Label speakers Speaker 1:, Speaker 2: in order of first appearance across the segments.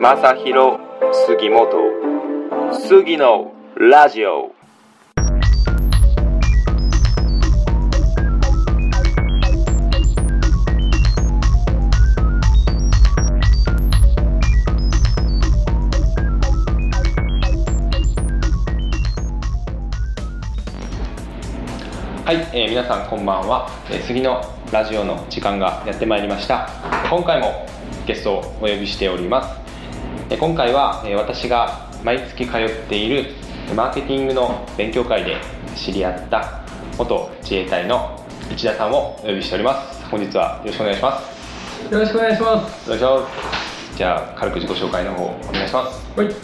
Speaker 1: 正弘杉本杉のラジオはい、えー皆さんこんばんは、えー杉のラジオの時間がやってまいりました今回もゲストをお呼びしております、えー今回は、えー私が毎月通っているマーケティングの勉強会で知り合った元自衛隊の内田さんをお呼びしております本日はよろしくお願いします
Speaker 2: よろしくお願いします。
Speaker 1: お願いしますじゃあ軽く自己紹介の方お願いします
Speaker 2: はい。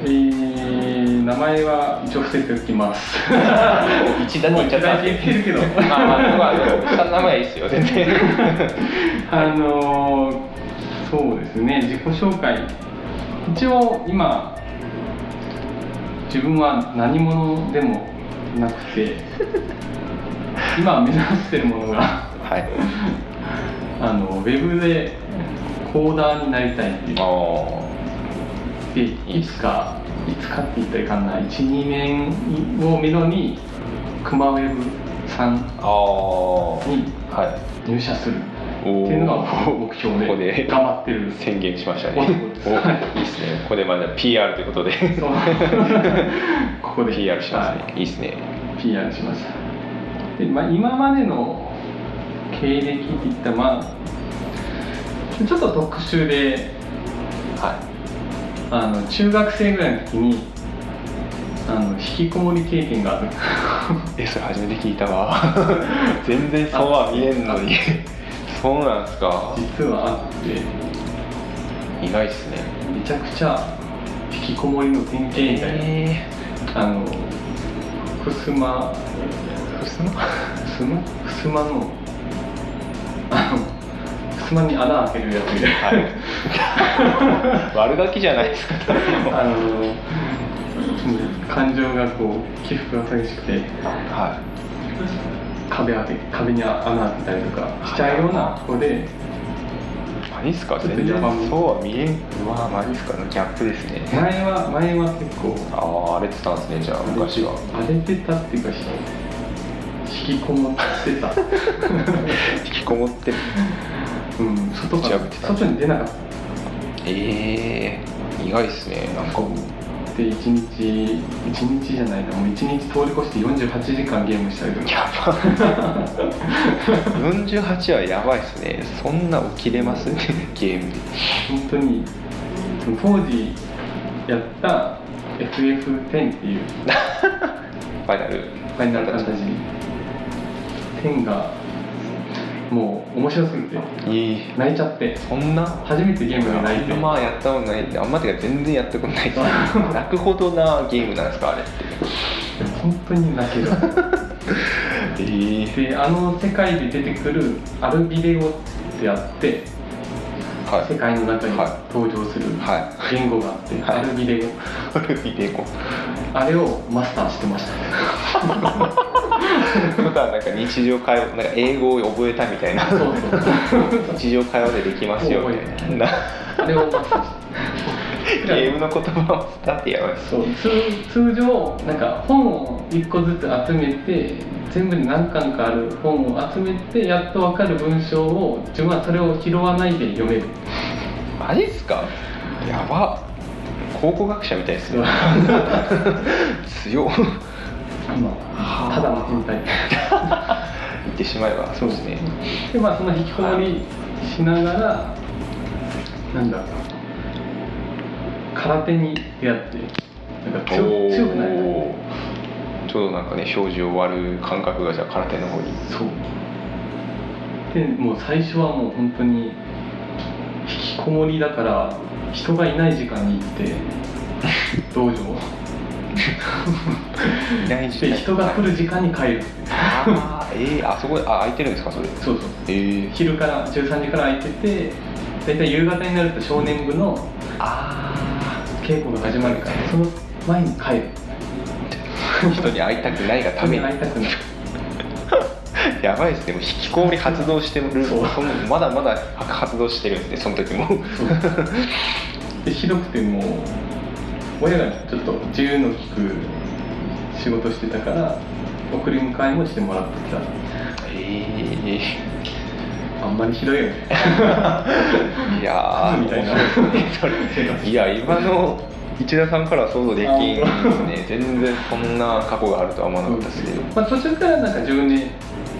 Speaker 2: えー、名前は一応伏せておきます。
Speaker 1: 内田って言っちゃったんですけ
Speaker 2: 言ってるけど。
Speaker 1: どまあまあまあ下の名前いいっすよ全然
Speaker 2: あのー、そうですね。自己紹介。一応今自分は何者でもなくて、今目指してるものが
Speaker 1: はい
Speaker 2: あのウェブでコーダーになりたいっていう。
Speaker 1: おー
Speaker 2: でいつかいつかって言ったらいかんな12年をめどに熊ウェブさん
Speaker 1: あー
Speaker 2: に
Speaker 1: はい
Speaker 2: 入社する
Speaker 1: お
Speaker 2: っ
Speaker 1: ー
Speaker 2: ていうのが目標
Speaker 1: ここで
Speaker 2: で頑張ってる
Speaker 1: 宣言しましたね。
Speaker 2: おはい
Speaker 1: おいいですね。ここでまだ PR ということで。
Speaker 2: そうここで
Speaker 1: PR します
Speaker 2: は
Speaker 1: ね。いいですね。
Speaker 2: い PR しましたで、まあ、今までの経歴っていったらまあちょっと特殊で
Speaker 1: は
Speaker 2: あの中学生ぐらいの時にあの引きこもり経験がある
Speaker 1: い。え、それ初めて聞いたわ。 全然そうは見えんのに。そうなんですか。
Speaker 2: 実はあって
Speaker 1: 意外ですね。
Speaker 2: めちゃくちゃ引きこもりの典型みたいな、あのふすま
Speaker 1: ー。ふすま
Speaker 2: ふすまふすまのあのふすまに穴開けるやつみたい な、
Speaker 1: 悪ガキじゃないですか。
Speaker 2: あの感情がこう起伏が激しくて
Speaker 1: は
Speaker 2: 壁当て壁に穴開けたりとかしちゃうような子で
Speaker 1: い。マジっすか。
Speaker 2: ちょっ
Speaker 1: 全
Speaker 2: と
Speaker 1: 然
Speaker 2: やばみ
Speaker 1: そうは見えん。うわ、マジっすか。ギャップですね。
Speaker 2: 前は前は結構
Speaker 1: ああ、荒れてたんですね。じゃあ昔は。
Speaker 2: 荒れてたっていうか引きこもってた。
Speaker 1: 引きこもってる。
Speaker 2: うん、外か
Speaker 1: 打ち破ってた
Speaker 2: 外に出なかった
Speaker 1: ええー。意外ですね。なんか。
Speaker 2: で一日一日じゃないなもう一日通り越して48時間ゲームしたりとか
Speaker 1: やば48はやばいですねそんな起きれ ますゲームで
Speaker 2: 本当にその当時やった FF10 っていう
Speaker 1: ファイナル
Speaker 2: ファイナルファンタジー10がもう面白すぎて
Speaker 1: いい
Speaker 2: 泣いちゃって
Speaker 1: そんな
Speaker 2: 初めてゲームが泣いて
Speaker 1: まあやったことないんであんまてか全然やったことないです泣くほどなゲームなんですかあれって
Speaker 2: 本当に泣け る
Speaker 1: え
Speaker 2: であの世界で出てくるアルビデオってあって
Speaker 1: は
Speaker 2: 世界の中に
Speaker 1: は
Speaker 2: 登場する
Speaker 1: い は
Speaker 2: 言語があって、
Speaker 1: はい
Speaker 2: アルビデオ
Speaker 1: い古いデコって
Speaker 2: あれをマスターしてました
Speaker 1: ことはなんか日常会話なんか英語を覚えたみたいな
Speaker 2: そうそう
Speaker 1: 日常会話でできますよみたいな
Speaker 2: あれをマスターし
Speaker 1: ゲームの言葉を伝ってやばいっす
Speaker 2: そう通通常なんか本を1個ずつ集めて全部で何巻かある本を集めてやっと分かる文章を自分はそれを拾わないで読める
Speaker 1: マジっすかやば考古学者みたいですね強っ
Speaker 2: 今ただの変態
Speaker 1: 言ってしまえばそうですね
Speaker 2: でまあその引きこもりしながらなんだ空手に出会ってなんか強強くなりたい
Speaker 1: おーちょうどなんかね表示を割る感覚がじゃあ空手の方に
Speaker 2: そうでもう最初はもう本当に引きこもりだから人がいない時間に行って 道場
Speaker 1: いない
Speaker 2: で人が来る時間に帰る
Speaker 1: あーえー、あそこあ空いてるんですかそれ
Speaker 2: そうそう
Speaker 1: えー、
Speaker 2: 昼から13時から空いてて大体夕方になると少年部の
Speaker 1: あ
Speaker 2: 稽古が始まるからその前に帰る
Speaker 1: あ 人に会いたくないがた
Speaker 2: 人
Speaker 1: め
Speaker 2: に
Speaker 1: に
Speaker 2: 会いたくない
Speaker 1: やばいですねもう引きこもり発動してる
Speaker 2: そう
Speaker 1: そのまだまだ発動してるんでその時も
Speaker 2: そうでひどくてもう親がちょっと自由の利く仕事してたから送り迎えもしてもらってた
Speaker 1: え
Speaker 2: あんまりひどいよね
Speaker 1: ー、いやー
Speaker 2: みたいな
Speaker 1: 面白いですねそれいや今の市田さんからは想像できんです ね全然そんな過去があるとは思わなかったですけど
Speaker 2: まあ、途中からなんか自分で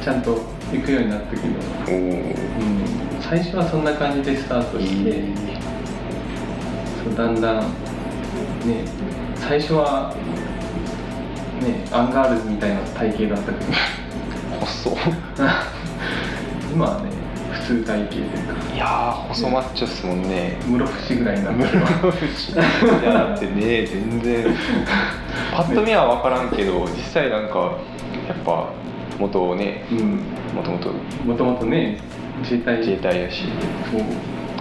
Speaker 2: ちゃんと行くようになったけど、
Speaker 1: おー
Speaker 2: うん、最初はそんな感じでスタートして、そうだんだんね最初はねアンガールズみたいな体型だったけ ど
Speaker 1: 細
Speaker 2: 今はね普通体型というか
Speaker 1: いやー細マッチョっすもんね
Speaker 2: 室伏ぐらいになってる
Speaker 1: いやだってね全然パッと見は分からんけど実際なんかやっぱ元ね
Speaker 2: うん
Speaker 1: もともと
Speaker 2: もともとね自衛隊
Speaker 1: 自衛隊やし
Speaker 2: そう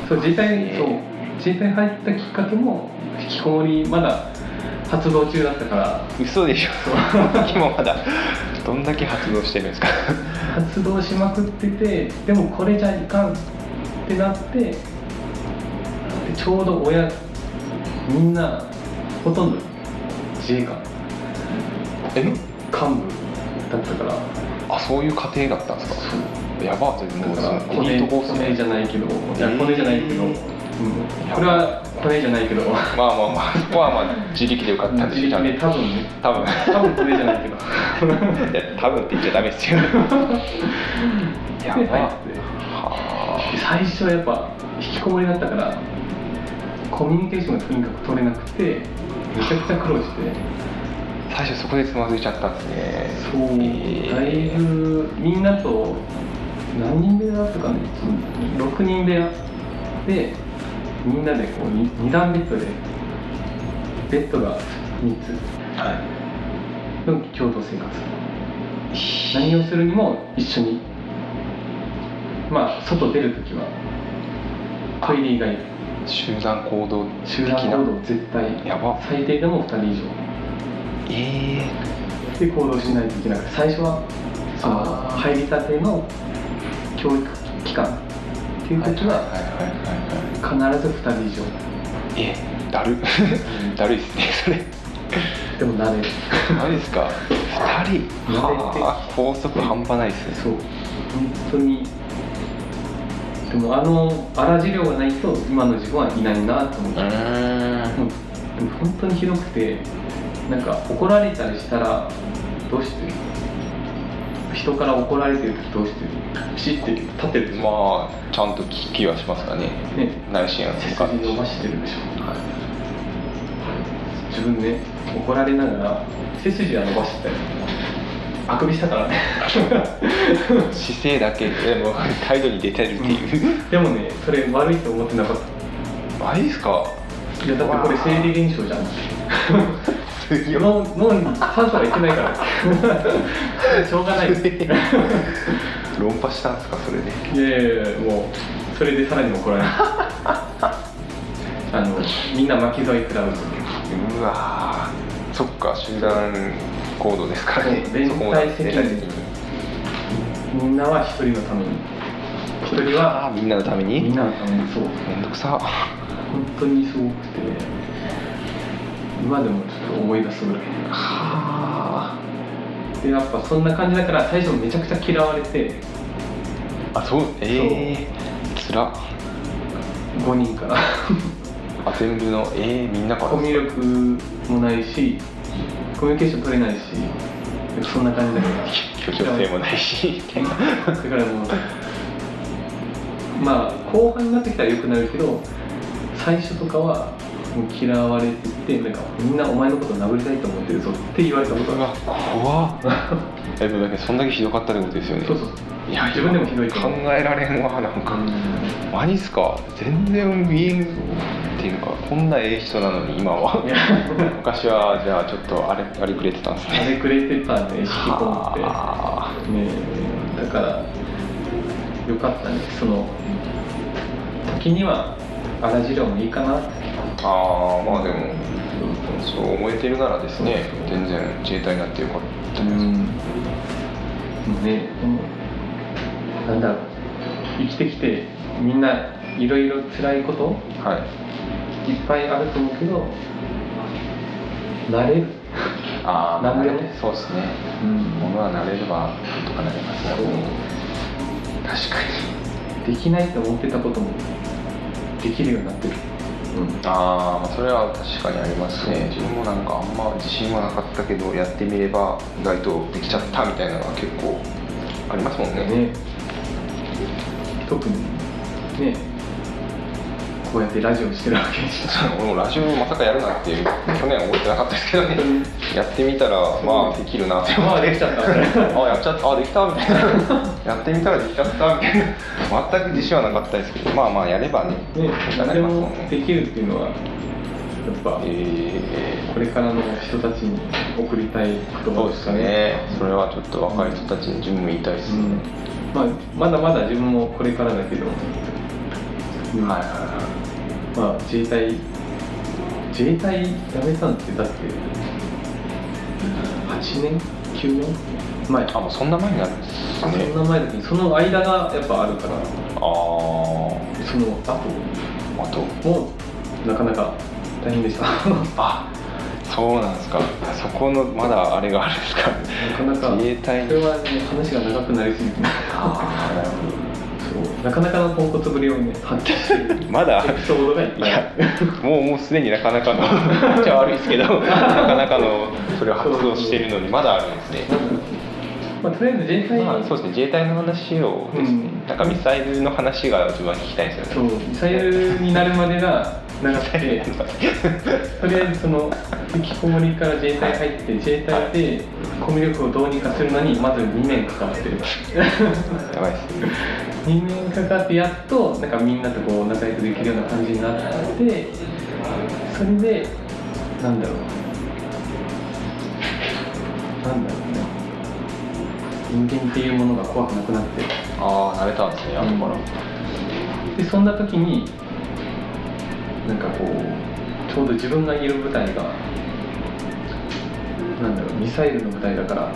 Speaker 2: そう自衛隊、
Speaker 1: ね
Speaker 2: そう自衛隊入ったきっかけも引きこもりまだ活動中だったから
Speaker 1: 嘘で しょその時もまだどんだけ発動してるんですか
Speaker 2: 活動しまくっててでもこれじゃいかんってなってでちょうど親みんなほとんど自衛官
Speaker 1: え
Speaker 2: 幹部だったから
Speaker 1: あそういう家庭だったんですかやばっもう
Speaker 2: だ
Speaker 1: そ
Speaker 2: から
Speaker 1: の
Speaker 2: コ
Speaker 1: エリ
Speaker 2: ネ
Speaker 1: ートコース
Speaker 2: コネじゃないけどいや
Speaker 1: えー
Speaker 2: コネじゃないけど、うん、これはコネじゃないけど
Speaker 1: まあまあまあそこはまあ自力で受かったんで
Speaker 2: 自
Speaker 1: す
Speaker 2: 力
Speaker 1: け
Speaker 2: で
Speaker 1: ど
Speaker 2: 多分ね
Speaker 1: 多分
Speaker 2: 多分コネじゃないけど
Speaker 1: いや多分って言っちゃダメですよ やば
Speaker 2: で
Speaker 1: は
Speaker 2: 入って
Speaker 1: あ
Speaker 2: 最初はやっぱ引きこもりだったからコミュニケーションがとにかく取れなくてめちゃくちゃ苦労して
Speaker 1: 最初そこでつまずいちゃったんですね
Speaker 2: そうだいぶみんなと何人部屋だったかね6人部屋でみんなでこう 2, 段ベッドでベッドが3つ
Speaker 1: は
Speaker 2: の共同生活何をするにも一緒にまあ外出るときはトイレ以外
Speaker 1: い集団行動
Speaker 2: 集
Speaker 1: 的
Speaker 2: 団
Speaker 1: な
Speaker 2: 行動絶対
Speaker 1: やば
Speaker 2: 最低でも2人以上
Speaker 1: ええ
Speaker 2: で行動しないといけなくて最初はその
Speaker 1: あー
Speaker 2: 入りたての教育機関っていう時は
Speaker 1: はいはいはいはい
Speaker 2: 必ず2人以上
Speaker 1: えだる だるいっすねそれ
Speaker 2: でも慣れる
Speaker 1: マジですか2人
Speaker 2: 慣れて
Speaker 1: はあ高速半端ないっすね
Speaker 2: そう本当にでもあの粗治療がないと今の自分はいないなと思っ
Speaker 1: う
Speaker 2: て、
Speaker 1: ー
Speaker 2: うんんでも本当にひどくてなんか怒られたりしたらどうしてる人から怒られてる時どうしてるピシッて立ってるでし
Speaker 1: ま
Speaker 2: ょ
Speaker 1: あちゃんと聞きはしますからね
Speaker 2: ね
Speaker 1: 内心は
Speaker 2: 背
Speaker 1: か
Speaker 2: 筋伸ばしてるでしょ、自分で怒られながら背筋は伸ばしてたよあくびしたからね
Speaker 1: 姿勢だけでも態度に出てるっていう、
Speaker 2: でもねそれ悪いと思ってなかった
Speaker 1: マジですか
Speaker 2: いやだってこれ生理現象じゃん
Speaker 1: すげえ
Speaker 2: 脳脳に酸素がいってないからしょうがない
Speaker 1: 論破したんですかそれで
Speaker 2: いやいやいやもうそれでさらに怒られるあのみんな巻き添え食らう
Speaker 1: うわーそっか集団行動ですからね
Speaker 2: そう連帯
Speaker 1: そこも連帯責
Speaker 2: 責任
Speaker 1: 任
Speaker 2: みんなは一人のために一人
Speaker 1: あ
Speaker 2: は
Speaker 1: あみんなのため
Speaker 2: みん
Speaker 1: に
Speaker 2: なのためにそう
Speaker 1: めんどくさ
Speaker 2: 本当にすごくて今でもちょっと思い出すぐらい
Speaker 1: あ
Speaker 2: でやっぱそんな感じだから最初めちゃくちゃ嫌われて
Speaker 1: そうええつら
Speaker 2: 5人から
Speaker 1: あ全部のええみんなから
Speaker 2: コミュ力もないしコミュニケーション取れないしそんな感じだ
Speaker 1: 協
Speaker 2: か
Speaker 1: 調
Speaker 2: ら
Speaker 1: 性もない しみたいな
Speaker 2: だからもうまあ後半になってきたら良くなるけど最初とかはもう嫌われててなんかみんなお前のこと殴りたいと思ってるぞって言われたこと
Speaker 1: う
Speaker 2: が
Speaker 1: わ怖 っえでもだけどそんだけひどかったってことですよね
Speaker 2: そうそう
Speaker 1: いや
Speaker 2: 自分でもひどいと
Speaker 1: 考
Speaker 2: 思う
Speaker 1: えられんわなんかマジっすか全然見えんっていうかこんなええ人なのに今 は昔はじゃあちょっとあれあれくれてたんです
Speaker 2: あ
Speaker 1: ね
Speaker 2: れくれてたね引きこもって
Speaker 1: はあ
Speaker 2: ねえだからよかったねその時にはあらじろうもいいかなって
Speaker 1: あーまあでもそう思えてるならですね全然自衛隊になってよかったです、
Speaker 2: でもねでもなんだろう生きてきてみんないろいろ辛いこと
Speaker 1: はい
Speaker 2: いっぱいあると思うけど慣れる
Speaker 1: ああ
Speaker 2: なんでも
Speaker 1: そうですね
Speaker 2: うん
Speaker 1: 物は慣れればなんとかなりますね確か
Speaker 2: できないと思ってたこともできるようになってる、うん、
Speaker 1: にああまあそれは確かにありますね自分もなんかあんま自信はなかったけどやってみれば意外とできちゃったみたいなのが結構ありますもんね
Speaker 2: ね特にねこうやってラジオしてるわけでし
Speaker 1: そう俺もラジオまさかやるなんて去年思ってなかったですけどねやってみたらまあできる なって
Speaker 2: まあできちゃった
Speaker 1: あやっちゃったあできたみたいな やってみたらできちゃったみたいな全く自信はなかったですけどまあまあやればね
Speaker 2: ね
Speaker 1: なり
Speaker 2: 何で
Speaker 1: ますもん
Speaker 2: も
Speaker 1: ね
Speaker 2: できるっていうのはやっぱ
Speaker 1: え
Speaker 2: これからの人たちに送りたい
Speaker 1: ー
Speaker 2: 言
Speaker 1: そ
Speaker 2: 葉
Speaker 1: う
Speaker 2: で
Speaker 1: ですす
Speaker 2: かね
Speaker 1: ねそれはちょっと若い人たちに自分も言いたいです
Speaker 2: う
Speaker 1: ね、
Speaker 2: んまあ、まだまだ自分もこれからだけど、うん
Speaker 1: はいはいは
Speaker 2: まあ、自衛隊自衛隊辞めたんってだって8年9年前
Speaker 1: いあもうそんな前になるんです
Speaker 2: そん
Speaker 1: ね
Speaker 2: な前だけどその間がやっぱあるから
Speaker 1: ああ
Speaker 2: その
Speaker 1: あと
Speaker 2: 後もなかなか大変でした な
Speaker 1: あそうなんですかそこのまだあれがあるんですか
Speaker 2: かなか
Speaker 1: 自衛隊に
Speaker 2: それはね話が長くなりすぎて
Speaker 1: ああなるほど
Speaker 2: そうなかなかのポンコツぶりをね発揮してる
Speaker 1: まだ
Speaker 2: エピソードがいっ
Speaker 1: い
Speaker 2: ぱいあ
Speaker 1: や
Speaker 2: る
Speaker 1: もうもうすでになかなかのじゃ悪いですけどなかなかのそれを発動してるのにまだあるんですね
Speaker 2: まあ、とりあえず自衛隊、
Speaker 1: まあ、そうですね自衛隊の話をですね、
Speaker 2: うん
Speaker 1: なんかミサイルの話が自分は聞きたいんです
Speaker 2: そ
Speaker 1: よ
Speaker 2: う
Speaker 1: ね
Speaker 2: ミサイルになるまでが長くてとりあえずその引きこもりから自衛隊入って自衛隊でコミュ力をどうにかするのにまず2年かかってる
Speaker 1: やばいですね
Speaker 2: 2年かかってやっとなんかみんなとこう仲良くできるような感じになってそれでなんだろうなんだろうね人間っていうものが怖くなくなって
Speaker 1: ああ慣れたんですねやっぱり、
Speaker 2: でそんな時になんかこうちょうど自分がいる舞台がなんだろうミサイルの舞台だから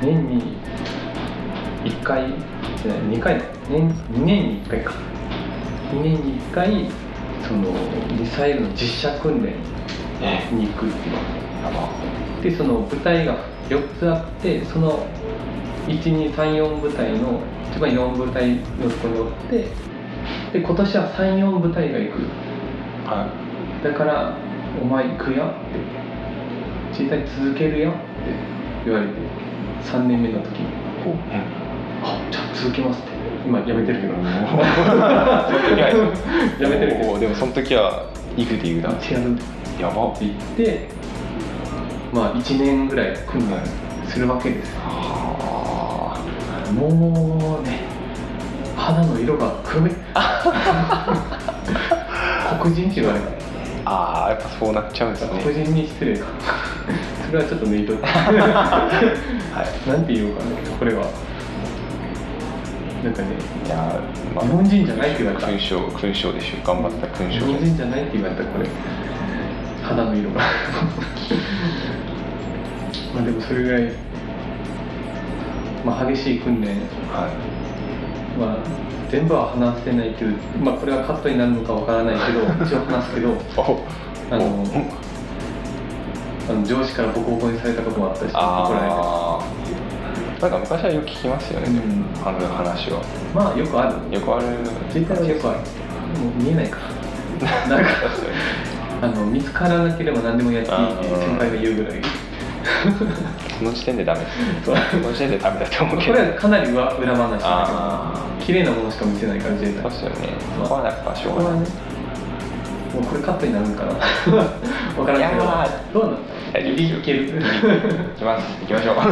Speaker 2: 年に1回じゃない2回年2年に1回か2年に1回そのミサイルの実写訓練
Speaker 1: え
Speaker 2: に行くっていう
Speaker 1: えやば
Speaker 2: でその舞台が4つあってその1234舞台の一番4舞台のところにおってで今年は34舞台が行く
Speaker 1: は
Speaker 2: だから「お前行くよ」って「自衛隊続けるよ」って言われて3年目の時にこう
Speaker 1: い、うん、
Speaker 2: 「あじゃあ続けます」って今やめてるけど やめてるけ
Speaker 1: お
Speaker 2: ど
Speaker 1: ーでもその時は行くって言うな
Speaker 2: 「一やる」
Speaker 1: やば
Speaker 2: って言ってまあ1年ぐらい訓練するわけですよ
Speaker 1: あー
Speaker 2: もうね花の色が黒い黒人種がね
Speaker 1: あーやっぱそうなっちゃうんですね
Speaker 2: 黒人に失礼かそれはちょっと抜いとく
Speaker 1: は
Speaker 2: なんて言おうかなこれはなんかね
Speaker 1: いいやーまあ
Speaker 2: 日本人じゃないって言われた
Speaker 1: 勲章勲章でしょ頑張った勲
Speaker 2: 日
Speaker 1: 章
Speaker 2: 本人じゃないって言われたこれ花の色が まあでもそれぐらい、まあ、激しい訓練
Speaker 1: は
Speaker 2: まあ、全部は話せないけど、まあ、これはカットになるのかわからないけ ど一応話すけど
Speaker 1: いお
Speaker 2: あの
Speaker 1: お
Speaker 2: あの上司からボコボコにされたこともあったし怒られた
Speaker 1: ああなんか昔はよく聞きますよね、
Speaker 2: うん
Speaker 1: あの話は
Speaker 2: まあよくある
Speaker 1: よくある
Speaker 2: 絶対はよくあるもう見えないからなんかあの見つからなければ何でもやっていいっていう先輩が言うぐらい
Speaker 1: その時点でダメです
Speaker 2: そう
Speaker 1: その時点でダメだと思うけ
Speaker 2: こ
Speaker 1: ど
Speaker 2: れはかなり裏裏話だ
Speaker 1: あ
Speaker 2: けど綺麗なものしか見せないから自衛
Speaker 1: あ
Speaker 2: 隊
Speaker 1: そうっすよねそこはやっぱしょ
Speaker 2: こ
Speaker 1: う
Speaker 2: れ
Speaker 1: が
Speaker 2: は
Speaker 1: ない
Speaker 2: ねもうこれカットになるのか なわからないけ
Speaker 1: い
Speaker 2: ど
Speaker 1: や
Speaker 2: どうなの
Speaker 1: 大丈夫ですよ
Speaker 2: いける
Speaker 1: 行きます行きましょう
Speaker 2: ま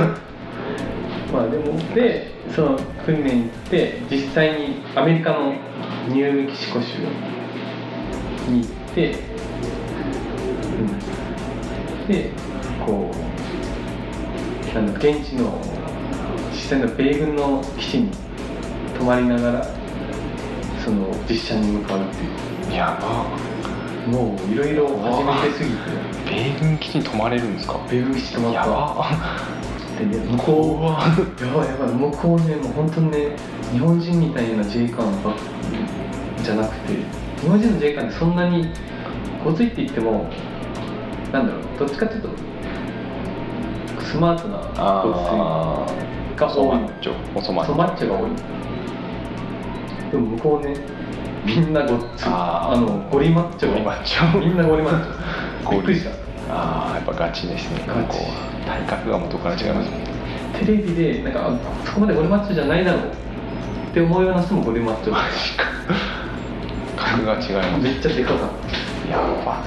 Speaker 2: あでもでその訓練行って実際にアメリカのニューメキシコ州に行って、うんでこうあの現地の実際の米軍の基地に泊まりながらその実写に向かうってい
Speaker 1: やば
Speaker 2: うもういろいろ初めてすぎて
Speaker 1: 米軍基地に泊まれるんですか
Speaker 2: 米軍基地泊まっ
Speaker 1: や
Speaker 2: たわ
Speaker 1: ば
Speaker 2: でね向こう
Speaker 1: 怖
Speaker 2: やばいやばい向こうねもう本当にね日本人みたいな自衛官ばっじゃなくて日本人の自衛官ってそんなにごついって言ってもなんだろうどっちかっていうとスマートなごつ
Speaker 1: あ
Speaker 2: い
Speaker 1: あ
Speaker 2: が
Speaker 1: 細
Speaker 2: 多
Speaker 1: マ
Speaker 2: い
Speaker 1: ッチョ細マッチ
Speaker 2: ソ
Speaker 1: ョ
Speaker 2: マッチョが多いでも向こうねみんなごっつ
Speaker 1: あ
Speaker 2: あ
Speaker 1: ー
Speaker 2: のゴリマッチョ
Speaker 1: ゴリマッチョ
Speaker 2: みんなゴリマッチョびっくりした
Speaker 1: ああやっぱガチですね
Speaker 2: ガチ
Speaker 1: こう体格が元から違いますもんね
Speaker 2: テレビでなんかあそこまでゴリマッチョじゃないだろうって思うような人もゴリマッチョ
Speaker 1: 格が違います
Speaker 2: めっちゃでかかった
Speaker 1: やば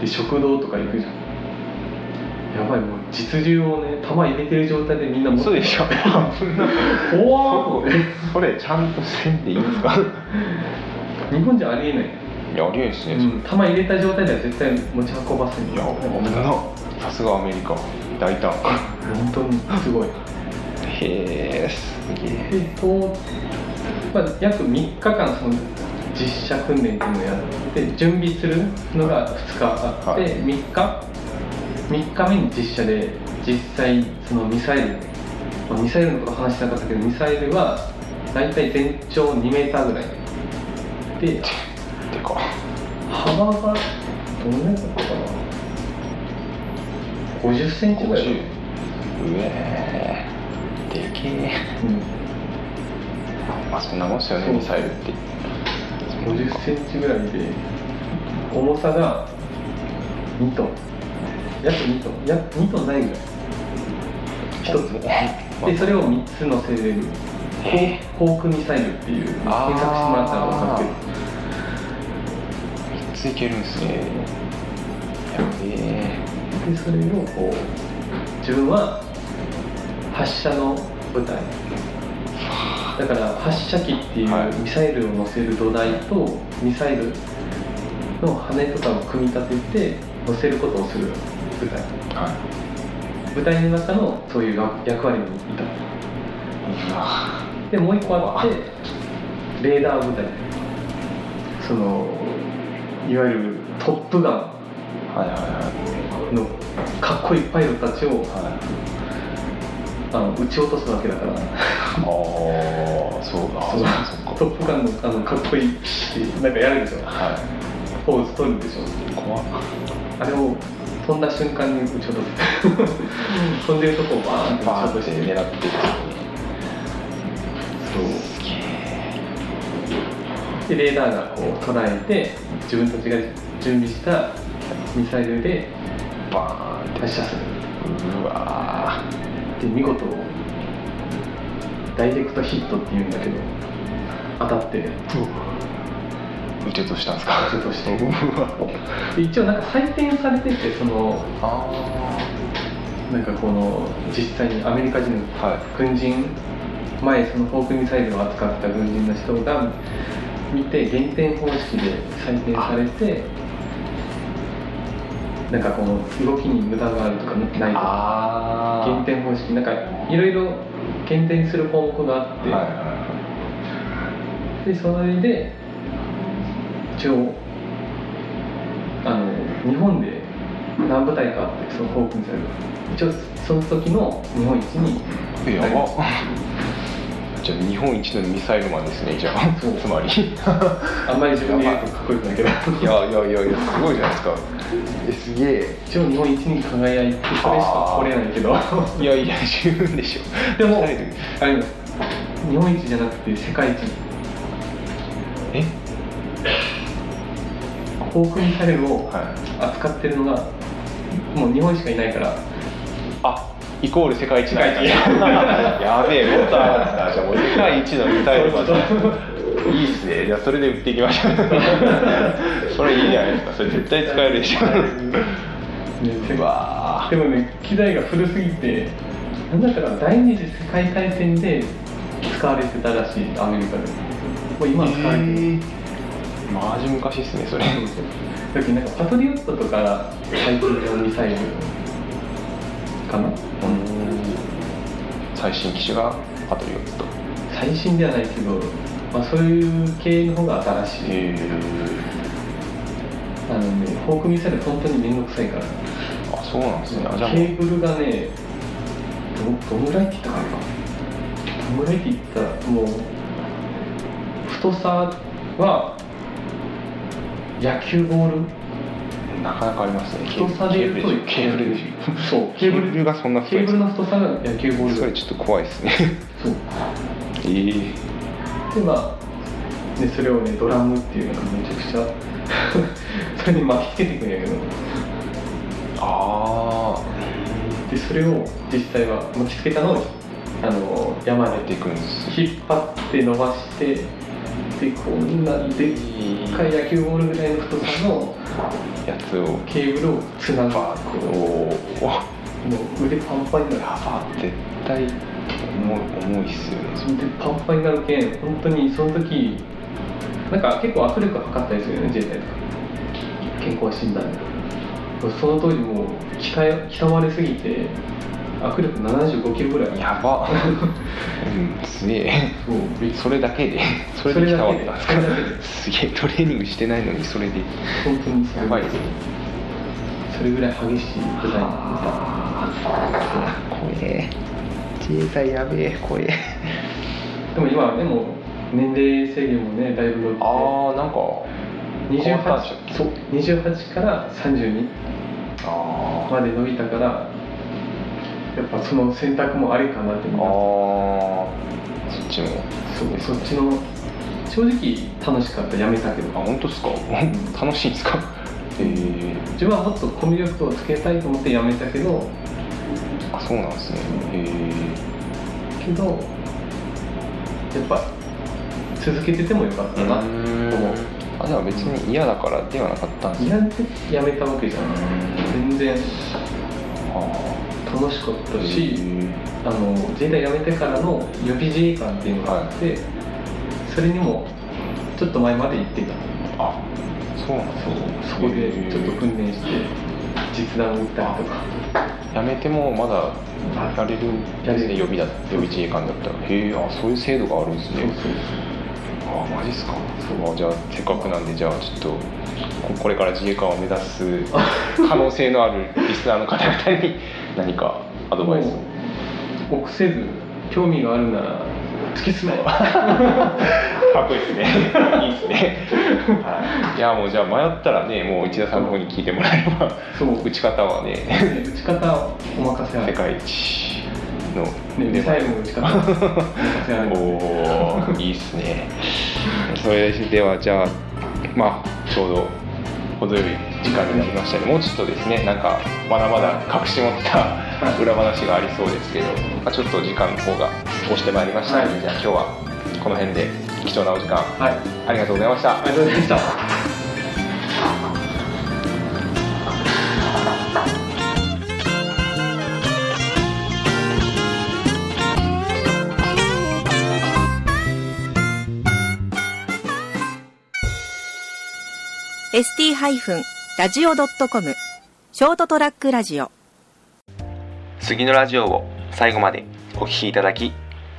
Speaker 2: で食堂とか行くじゃんやばいもう実流をね玉入れてる状態でみんな持って
Speaker 1: そうでしょ
Speaker 2: 怖ーっ
Speaker 1: それちゃんとせんでいいんですか
Speaker 2: 日本じゃありえない、
Speaker 1: いやありえんですね、
Speaker 2: うん、玉入れた状態では絶対持ち運ばせん
Speaker 1: いや
Speaker 2: よ
Speaker 1: おめなさすがアメリカ大胆
Speaker 2: 本当にすごい
Speaker 1: へえすげえ
Speaker 2: でと、まあ、約3日間その実写訓練っていうのをやって準備するのが2日あっ
Speaker 1: は
Speaker 2: て、
Speaker 1: い
Speaker 2: 3日3日目に実写で実際そのミサイル、まあミサイルのこと話してなかったけどミサイルは大体全長2メーターぐらいで
Speaker 1: てか
Speaker 2: 幅がどのぐらいだったかな50センチぐらいかな
Speaker 1: 50うえーでけえまあそんなもんっすよね
Speaker 2: そう
Speaker 1: ミサイルって
Speaker 2: うん、50センチぐらいで重さが2トン約2トン約2トンないぐらい一つ
Speaker 1: も
Speaker 2: でそれを3つ乗せれる
Speaker 1: え
Speaker 2: 航航空ミサイルっていう検索しても
Speaker 1: あー
Speaker 2: らったら分か
Speaker 1: 3
Speaker 2: ってる
Speaker 1: ついけるんすねやべえ
Speaker 2: でそれをこう自分は発射の舞台だから発射機ってい
Speaker 1: はいう
Speaker 2: ミサイルを載せる土台とミサイルの羽とかを組み立てて載せることをする舞台
Speaker 1: はい
Speaker 2: 舞台の中のそういう役割にいた
Speaker 1: うわ
Speaker 2: でもう一個あってレーダー部隊そのいわゆる「トップガ
Speaker 1: はいはいはい
Speaker 2: ン」のかっこいいパイロットたちを
Speaker 1: はい
Speaker 2: あの撃ち落とすわけだから
Speaker 1: ああそうだ
Speaker 2: そう
Speaker 1: あそっか
Speaker 2: トップガンのあのかっこいいなんかやるでしょ
Speaker 1: は
Speaker 2: ポーズ取るでしょ
Speaker 1: い怖っ
Speaker 2: あれを飛んだ瞬間に撃ち落とす 飛んでるとこをバーンって撃ち
Speaker 1: バ
Speaker 2: 落
Speaker 1: ー
Speaker 2: と
Speaker 1: っ
Speaker 2: してて
Speaker 1: 狙ってる
Speaker 2: そう
Speaker 1: すげえ
Speaker 2: でレーダーがこう捉えて自分たちが準備したミサイルで
Speaker 1: バーンって
Speaker 2: 発射する
Speaker 1: うわ
Speaker 2: で見事ダイレクトヒットっていうんだけど当たって
Speaker 1: ー打ち落としたんですか
Speaker 2: 撃ち落として
Speaker 1: うわ
Speaker 2: で一応なんか採点されててその
Speaker 1: あ
Speaker 2: なんかこの実際にアメリカ人の
Speaker 1: あはい
Speaker 2: 軍人前そのフォークミサイルを扱ってた軍人の人が見て減点方式で採点されてなんかこの動きに無駄があるとかないとか
Speaker 1: あ
Speaker 2: 減点方式なんかいろいろ減点する項目があって、
Speaker 1: はいは
Speaker 2: でそれで一応あの日本で何部隊かあってその航空ミサイル一応その時の日本一に
Speaker 1: いはいえやばじゃあ 日本一のミサイルマンですねじゃあ
Speaker 2: そう
Speaker 1: つ まり
Speaker 2: あんまり自分で言うとかっこよくないけど
Speaker 1: いやいやいやいやすごいじゃないですかえすげえ
Speaker 2: 一応日本一に輝いてそれしか取れないけど
Speaker 1: いやいや十分でしょ
Speaker 2: でも
Speaker 1: ミサイル
Speaker 2: あれです日本一じゃなくて世界一
Speaker 1: え
Speaker 2: 航空ミサイルを
Speaker 1: はい
Speaker 2: 扱ってるのがもう日本しかいないから
Speaker 1: あイコール世界一なんだ
Speaker 2: 世界一
Speaker 1: やべえロターだじゃあもう世界一のミサイルマンだいいっすねじゃあそれで売っていきましょ うそれいいじゃないですかそれ絶対使えるでしょ
Speaker 2: ね世界
Speaker 1: うわ
Speaker 2: でもね機材が古すぎてなんだったかな第二次世界大戦で使われてたらしいアメリカでもう今は使われてる、
Speaker 1: マジ昔っすねそれ
Speaker 2: そうそうだけどなんかパトリオットとか最近のミサイルかな
Speaker 1: 最新機種がパトリオット
Speaker 2: 最新ではないけど、まあ、そういう系の方が新しい
Speaker 1: へえ
Speaker 2: あのねフォークミサイル本当に面倒くさいから
Speaker 1: あそうなんですねあじゃあ
Speaker 2: ケ
Speaker 1: もう
Speaker 2: ーブルがねどどんぐらいって言ったかなどんぐらいって言ったらもう太さは野球ボール
Speaker 1: なかなかありますね
Speaker 2: 太さで言うと
Speaker 1: ケーブルでしょ
Speaker 2: そう
Speaker 1: ケーブルがそんな太
Speaker 2: ケ
Speaker 1: い
Speaker 2: ー
Speaker 1: です
Speaker 2: ブル
Speaker 1: か
Speaker 2: の太さが野球ボール
Speaker 1: そ
Speaker 2: だ
Speaker 1: れちょっと怖いですね
Speaker 2: そう
Speaker 1: えー
Speaker 2: でまあね、それをねドラムっていうのがめちゃくちゃ それに巻きつけていくんやけど
Speaker 1: ああ
Speaker 2: でそれを実際は巻きつけたのをあの山
Speaker 1: 出
Speaker 2: で
Speaker 1: てくるんです
Speaker 2: 引っ張って伸ばしてでこんなでっかい野球ボールぐらいの太さの
Speaker 1: やつを
Speaker 2: ケーブルをつなぐこ
Speaker 1: おお
Speaker 2: うもう腕パンパンになる
Speaker 1: 絶対重い重いっすよね
Speaker 2: でパンパンになるけん本当にその時なんか結構握力測ったりするよね自衛隊とか健康診断でその当時もう鍛え鍛われすぎて握力75キロぐらい
Speaker 1: やばうんすげえ
Speaker 2: そうびっくり
Speaker 1: それだけでそれで来たわけなんです
Speaker 2: それだけで
Speaker 1: かすげえトレーニングしてないのにそれで
Speaker 2: 本当にそれ
Speaker 1: やばいですね
Speaker 2: それぐらい激しい舞台なんですよ
Speaker 1: 怖え自衛隊やべえ怖え
Speaker 2: でも今はねもう年齢制限もねだいぶ伸びて
Speaker 1: ああなんか変わったんでしたっ
Speaker 2: 28そう28から32
Speaker 1: あー
Speaker 2: まで伸びたからやっぱその選択もありかなって
Speaker 1: あ
Speaker 2: 思う
Speaker 1: ーそっちも
Speaker 2: そうそっちの正直楽しかったやめたけ
Speaker 1: あ
Speaker 2: ど
Speaker 1: 本当ですか 楽しいんですかえー、
Speaker 2: 自分はもっとコミュ力をつけたいと思ってやめたけど
Speaker 1: あそうなんですねえ
Speaker 2: けどやっぱ続けててもよかっ
Speaker 1: え
Speaker 2: たな
Speaker 1: ー、
Speaker 2: 思う
Speaker 1: あでも別に嫌だからではなかったんですね
Speaker 2: 嫌でやめたわけじゃない全然
Speaker 1: あ
Speaker 2: 楽しかっ
Speaker 1: ー
Speaker 2: たし、あの自衛隊辞めてからの予備自衛官っていうのがあって、それにもちょっと前まで行ってた
Speaker 1: あそうなんです
Speaker 2: そう
Speaker 1: ね
Speaker 2: そこでちょっと
Speaker 1: え
Speaker 2: 訓練して実弾を打ったりとか
Speaker 1: ーやめてもまだやれる
Speaker 2: やれる
Speaker 1: ね予備だ予備自衛官だったらへえあそういう制度があるんです
Speaker 2: そう
Speaker 1: ねあマジっすかそうあじゃあせっかくなんでじゃあちょっとここれから自衛官を目指す可能性のあるリスナーの方々 に何かアドバイスを
Speaker 2: もそう臆せず興味があるなら突き 進め
Speaker 1: かっこいいですねいいですね、はい、いやもうじゃあ迷ったらねもう内田さんの方に聞いてもらえれば
Speaker 2: そう
Speaker 1: 打ち方はね
Speaker 2: 打ち方はお任せあ
Speaker 1: 世
Speaker 2: れ
Speaker 1: 界一の
Speaker 2: ねミサイルの打ち方はお任せあ れ
Speaker 1: おおいいっすねそれではじゃあまあちょうど程よい時間になりましたねもうちょっとですねなんかまだまだ隠し持った 裏話がありそうですけど、まあ、ちょっと時間の方が押してまいりましたので、
Speaker 2: はい
Speaker 1: じゃあ今日はこの辺で貴重なお時間
Speaker 2: はい
Speaker 1: ありがとうございました
Speaker 2: ありがとうございました
Speaker 3: ー ST-radio.com ショートトラックラジオ
Speaker 1: 次のラジオを最後までお聞きいただき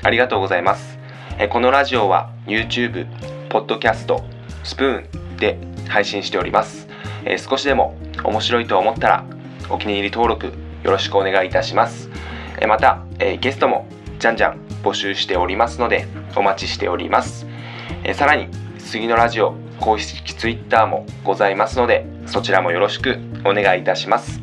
Speaker 1: ありがとうございますえーこのラジオは YouTube、Podcast、スプーンで配信しておりますえー少しでも面白いと思ったらお気に入り登録よろしくお願いいたしますえーまたえーゲストもじゃんじゃん募集しておりますのでお待ちしておりますえーさらに次のラジオ公式 Twitter もございますのでそちらもよろしくお願いいたします